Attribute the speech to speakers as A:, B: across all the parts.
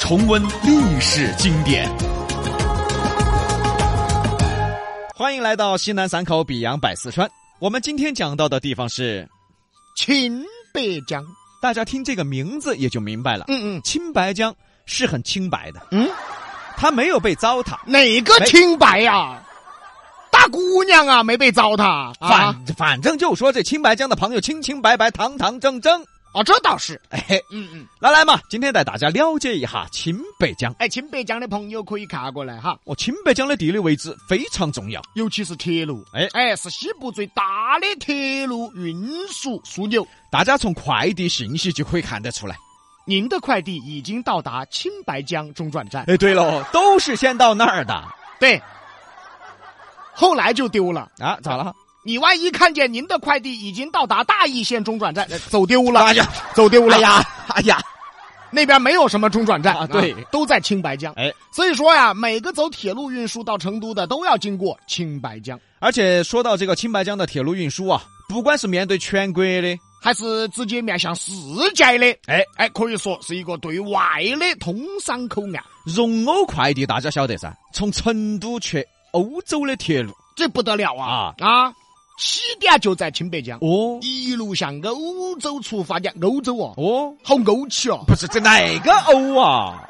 A: 重温历史经典。
B: 欢迎来到西南散口比洋百四川。我们今天讲到的地方是，
C: 秦北江。
B: 大家听这个名字也就明白了，
C: 嗯嗯
B: 清白江是很清白的，
C: 嗯，
B: 它没有被糟蹋，
C: 哪个清白呀、大姑娘啊，没被糟蹋啊啊
B: 反反正就说这清白江的朋友清清白白、堂堂正正。
C: 哦，这倒是。
B: 哎，
C: 嗯嗯，
B: 来来嘛，今天带大家了解一下清白江。
C: 哎，清北江的朋友可以看过来哈。
B: 哦，清白江的地理位置非常重要。
C: 尤其是铁路，
B: 哎
C: 哎，是西部最大的铁路运输枢纽。
B: 大家从快递信息就可以看得出来。
C: 您的快递已经到达青白江中转站，
B: 哎，对喽，都是先到那儿的
C: 对，后来就丢了。
B: 啊？咋了？
C: 你万一看见您的快递已经到达大邑县中转站，呃走丢了，
B: 哎呀，
C: 走丢了
B: 哎呀，哎呀，
C: 那边没有什么中转站
B: 啊对
C: 都在青白江。
B: 哎，
C: 所以说呀，每个走铁路运输到成都的都要经过青白江，
B: 而且说到这个青白江的铁路运输啊，不管是面对全国的，
C: 还是直接面向世界的。
B: 哎，
C: 哎，可以说是一个对外的通商口岸。
B: 蓉欧快递大家晓得噻，从成都去欧洲的铁路
C: 这不得了啊啊起点就在青白江，
B: 哦
C: 一路向欧洲出发的，欧洲啊，
B: 哦，
C: 好欧气哦！
B: 不是这哪个欧啊？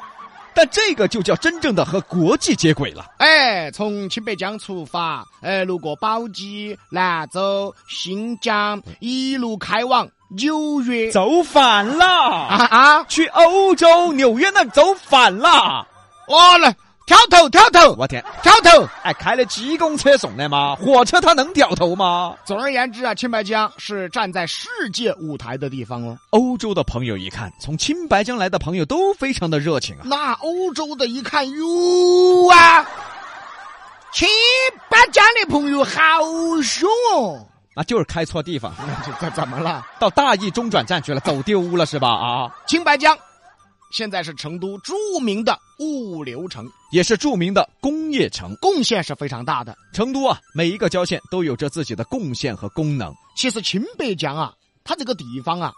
B: 但这个就叫真正的和国际接轨了。
C: 哎，从青白江出发，哎，路过宝鸡、兰州、新疆，一路开往纽约。
B: 走反了，
C: 啊啊！
B: 去欧洲纽约那儿走反了。
C: 哦了，跳头跳头
B: 我天，
C: 跳头！
B: 哎，开了鸡公车送的吗？火车它能掉头吗？
C: 总而言之啊，青白江是站在世界舞台的地方哦。
B: 欧洲的朋友一看，从青白江来的朋友都非常的热情啊。
C: 那欧洲的一看哟啊，青白江的朋友好凶哦！
B: 那就是开错地方，
C: 这 这怎么了？
B: 到大邑中转站去了，走丢了是吧？啊，
C: 青白江现在是成都著名的物流城，
B: 也是著名的工业城。
C: 贡献是非常大的。
B: 成都啊，每一个郊县都有着自己的贡献和功能。
C: 其实青白江啊，它这个地方啊，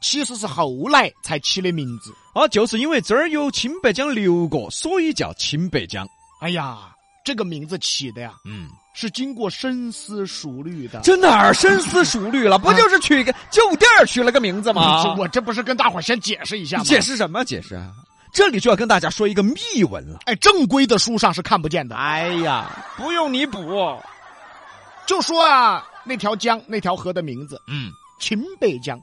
C: 其实是后来才起的名字。
B: 啊，就是因为这儿有青白江流过，所以叫青白江。
C: 哎呀，这个名字起的呀，
B: 嗯，
C: 是经过深思熟虑的。
B: 这哪儿深思熟虑了？不就是取个就地儿取了个名字吗？
C: 我这不是跟大伙儿先啊解释一下吗？
B: 解。释什么解释啊？这里就要跟大家说一个秘闻了。
C: 哎，正规的书上是看不见的。
B: 哎呀，不用你补。
C: 就说啊，那条江、那条河的名字
B: 嗯，
C: 秦北江，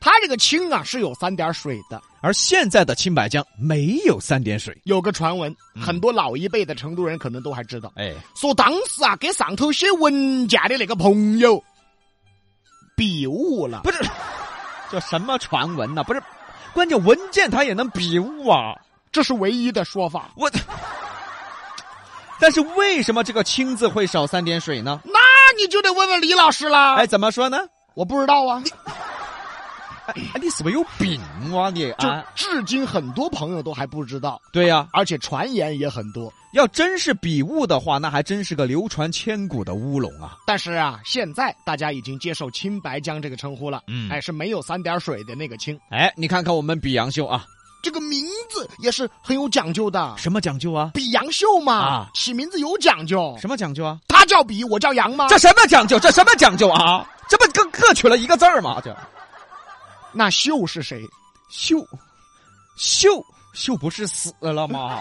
C: 它这个“青”啊是有三点水的。
B: 而现在的青白江没有三点水。
C: 有个传闻，
B: 嗯
C: 很多老一辈的成都人可能都还知道，
B: 哎，
C: 说当时啊给上头写文件的那个朋友笔误了。
B: 不是，这什么传闻呐、不是，关键文件它也能笔误啊！
C: 这是唯一的说法。啊
B: 我，但是为什么这个“青”字会少三点水呢？
C: 那你就得问问李老师啦。
B: 哎，，怎么说呢？
C: 我不知道啊，
B: 哎，哎你是不是有病啊你？
C: 就
B: 啊，
C: 至今很多朋友都还不知道，
B: 对呀、
C: 而且传言也很多。
B: 要真是笔误的话，那还真是个流传千古的乌龙啊！
C: 但是啊，现在大家已经接受“青白江”这个称呼了。
B: 嗯
C: 哎，是没有三点水的那个“青
B: 哎，你看看我们比杨秀啊，”，
C: 这个名字也是很有讲究的。
B: 什么讲究啊？
C: 比杨秀嘛，
B: 啊
C: 起名字有讲究。
B: 什么讲究啊？
C: 他叫比，我叫杨吗？
B: 这什么讲究？这什么讲究啊？这不各各取了一个字儿吗？这
C: 那秀是谁？
B: 秀，秀秀不是死了吗？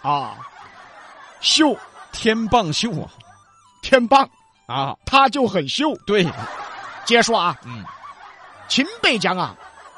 C: 啊，秀
B: 天棒秀啊！
C: 天棒，
B: 啊，
C: 他就很秀。
B: 对，
C: 接着说啊，
B: 嗯，
C: 秦北江啊，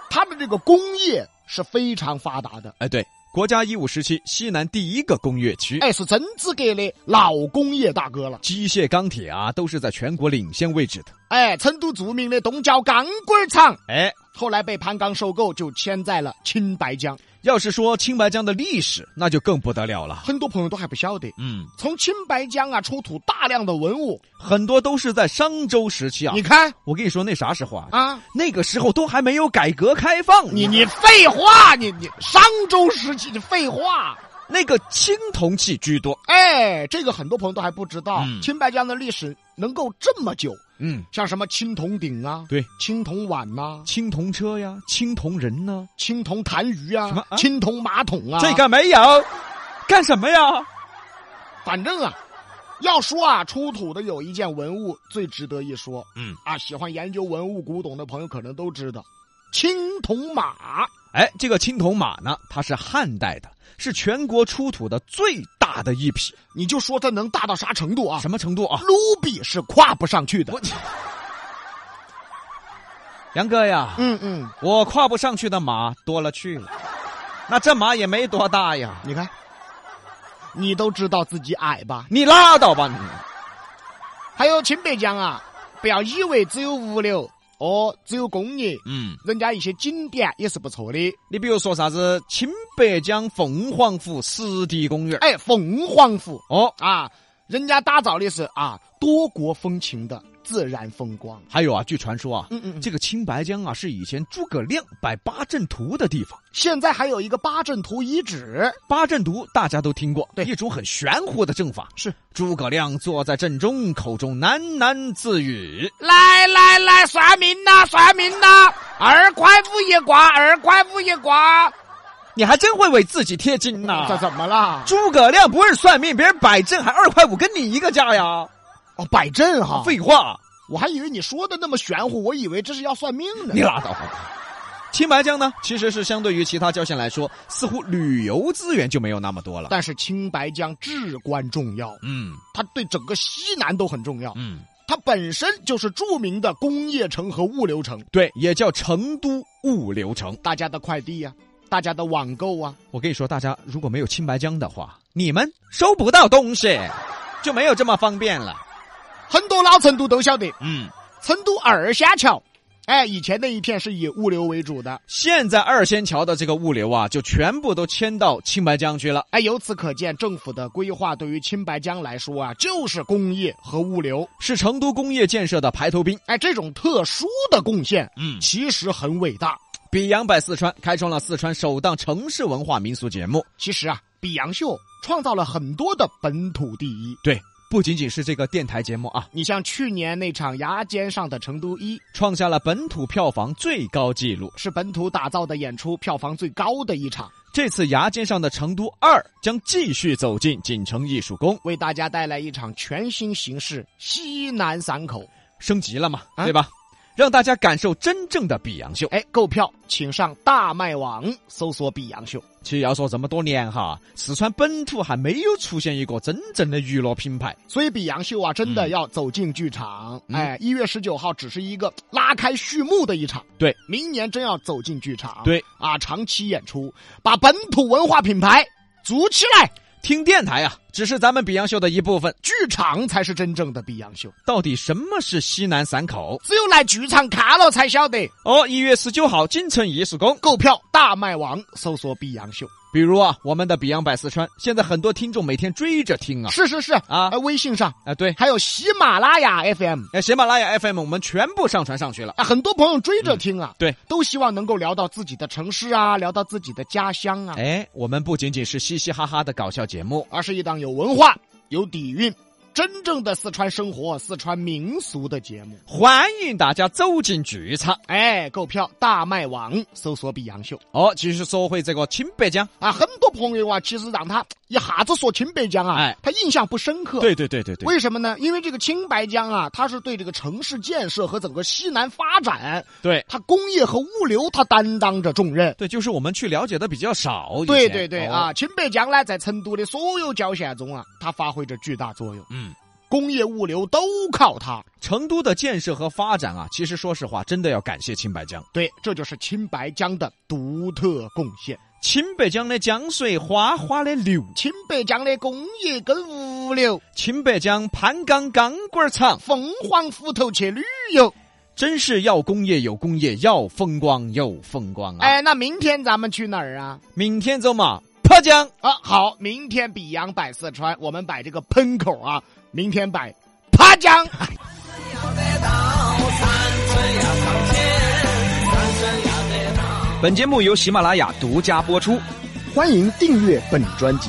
C: 他的这个工业是非常发达的，
B: 哎，对，国家一五时期西南第一个工业区，
C: 哎，是真资格的老工业大哥了。
B: 机械、钢铁啊，都是在全国领先位置的。
C: 哎，成都著名的东郊钢管厂
B: 哎，
C: 后来被潘钢收购，就迁在了青白江。
B: 要是说青白江的历史，那就更不得了了。
C: 很多朋友都还不晓得，
B: 嗯，
C: 从青白江啊出土大量的文物。
B: 很多都是在商周时期啊
C: 你。看
B: 我跟你说，那啥时候啊？
C: 啊，
B: 那个时候都还没有改革开放呢。
C: 你你废话，你你商周时期的废话。
B: 那个青铜器居多。
C: 哎，这个很多朋友都还不知道，
B: 嗯
C: 青白江的历史能够这么久，
B: 嗯，
C: 像什么青铜鼎啊，
B: 对，
C: 青铜碗呐、
B: 青铜车呀，青铜人呢？
C: 青铜痰盂
B: 什么
C: 啊，
B: 啊
C: 青铜马桶啊，
B: 这个没有，干什么呀？
C: 反正啊，要说啊，出土的有一件文物最值得一说，
B: 嗯
C: 啊，喜欢研究文物古董的朋友可能都知道，青铜马。
B: 哎，这个青铜马呢，它是汉代的，是全国出土的最大的一匹。
C: 你就说它能大到啥程度啊？
B: 什么程度啊？
C: 卢比是跨不上去的。
B: 我 杨哥呀，
C: 嗯嗯，
B: 我跨不上去的马多了去了，那这马也没多大呀。
C: 你看，你都知道自己矮吧？
B: 你拉倒吧你！
C: 还有清北江啊，不要以为只有物流哦，只有工业，
B: 嗯，
C: 人家一些景点也是不错的。
B: 你比如说啥子清白江凤凰湖湿地公园，
C: 哎，凤凰湖
B: 哦，
C: 啊，人家打造的是啊多国风情的自然风光。
B: 还有啊，据传说啊，
C: 嗯嗯，
B: 这个青白江啊，是以前诸葛亮摆八阵图的地方。
C: 现在还有一个八阵图遗址，
B: 八阵图大家都听过，
C: 对
B: 一种很玄乎的阵法。
C: 是
B: 诸葛亮坐在阵中，口中喃喃自语。
C: 来来来，算命呐，算命呐，二块五一卦，二块五一卦，
B: 你还真会为自己贴金 呐、
C: 这怎么了？
B: 诸葛亮不是算命，别人摆阵还二块五，跟你一个价呀！
C: 哦，摆阵哈，
B: 废话，
C: 我还以为你说的那么玄乎，我以为这是要算命呢
B: 你。拉倒吧。青白江呢，其实是相对于其他郊县来说，似乎旅游资源就没有那么多了。
C: 但是青白江至关重要，
B: 嗯
C: 它对整个西南都很重要。
B: 嗯，
C: 它本身就是著名的工业城和物流城，
B: 对，也叫成都物流城。
C: 大家的快递呀、大家的网购啊，
B: 我跟你说，大家如果没有青白江的话，你们收不到东西，就没有这么方便了。
C: 很多老成都都晓得，
B: 嗯，
C: 成都二仙桥，哎，以前那一片是以物流为主的，
B: 现在二仙桥的这个物流啊，就全部都迁到青白江去了。
C: 哎，由此可见，政府的规划对于青白江来说啊，就是工业和物流，
B: 是成都工业建设的排头兵。
C: 哎，这种特殊的贡献
B: 嗯，
C: 其实很伟大。
B: 比洋百四川开创了四川首档城市文化民俗节目。
C: 其实啊，比洋秀创造了很多的本土第一。
B: 对，不仅仅是这个电台节目啊，
C: 你像去年那场牙尖上的成都一，
B: 创下了本土票房最高纪录。
C: 是本土打造的演出票房最高的一场，
B: 这次牙尖上的成都二将继续走进锦城艺术宫，
C: 为大家带来一场全新形式西南散口。
B: 升级了嘛，
C: 啊
B: 对吧？让大家感受真正的比洋秀。
C: 哎，购票请上大麦网搜索“比洋秀
B: 其实要说这么多年哈，四川本土还没有出现一个真正的娱乐品牌。”。
C: 所以，比洋秀啊，真的要走进剧场。
B: 嗯
C: 哎，一月十九号只是一个拉开序幕的一场。
B: 对，
C: 明年真要走进剧场。
B: 对
C: 啊，长期演出，把本土文化品牌组起来，
B: 听电台啊，只是咱们比洋秀的一部分。
C: 剧场才是真正的比洋秀。
B: 到底什么是西南散口？
C: 只有来剧场看了才晓得。
B: 哦，一月十九号锦城艺术宫。
C: 购票大麦网搜索“比洋秀
B: 比如啊，我们的《比洋百四川》，现在很多听众每天追着听”。啊
C: 是是是
B: 啊
C: 呃微信上
B: 啊，对，
C: 还有喜马拉雅 FM
B: 哎，喜马拉雅 FM 我们全部上传上去了。
C: 啊，很多朋友追着听啊，
B: 对，
C: 都希望能够聊到自己的城市啊，聊到自己的家乡啊，
B: 哎，我们不仅仅是嘻嘻哈哈的搞笑节目，
C: 而是一档有文化、有底蕴、真正的四川生活、四川民俗的节目。
B: 欢迎大家走进剧场。
C: 哎，购票大麦网搜索“比洋秀
B: 哦，继续说回这个清白江。”
C: 啊，很多朋友啊，其实让他一下子说清白江啊，
B: 哎
C: 他印象不深刻。
B: 对对对对对，
C: 为什么呢？因为这个青白江啊，它是对这个城市建设和整个西南发展，
B: 对
C: 它工业和物流它担当着重任。
B: 对，就是我们去了解的比较少。以前
C: 对对对、
B: 哦
C: 啊，青白江呢，在成都的所有郊县中啊，它发挥着巨大作用，
B: 嗯，
C: 工业物流都靠它。
B: 成都的建设和发展啊，其实说实话，真的要感谢青白江。
C: 对，这就是青白江的独特贡献。
B: 青白江的江水哗哗的流，
C: 青白江的工业跟物流，
B: 青白江潘岗钢管厂。
C: 凤凰湖头去旅游，
B: 真是要工业有工业，要风光有风光啊！
C: 哎，那明天咱们去哪儿啊？
B: 明天走嘛，浦江。
C: 啊，好，明天比阳摆四川，我们摆这个喷口啊，明天摆爬江。
D: 本节目由喜马拉雅独家播出。
E: 欢迎订阅本专辑，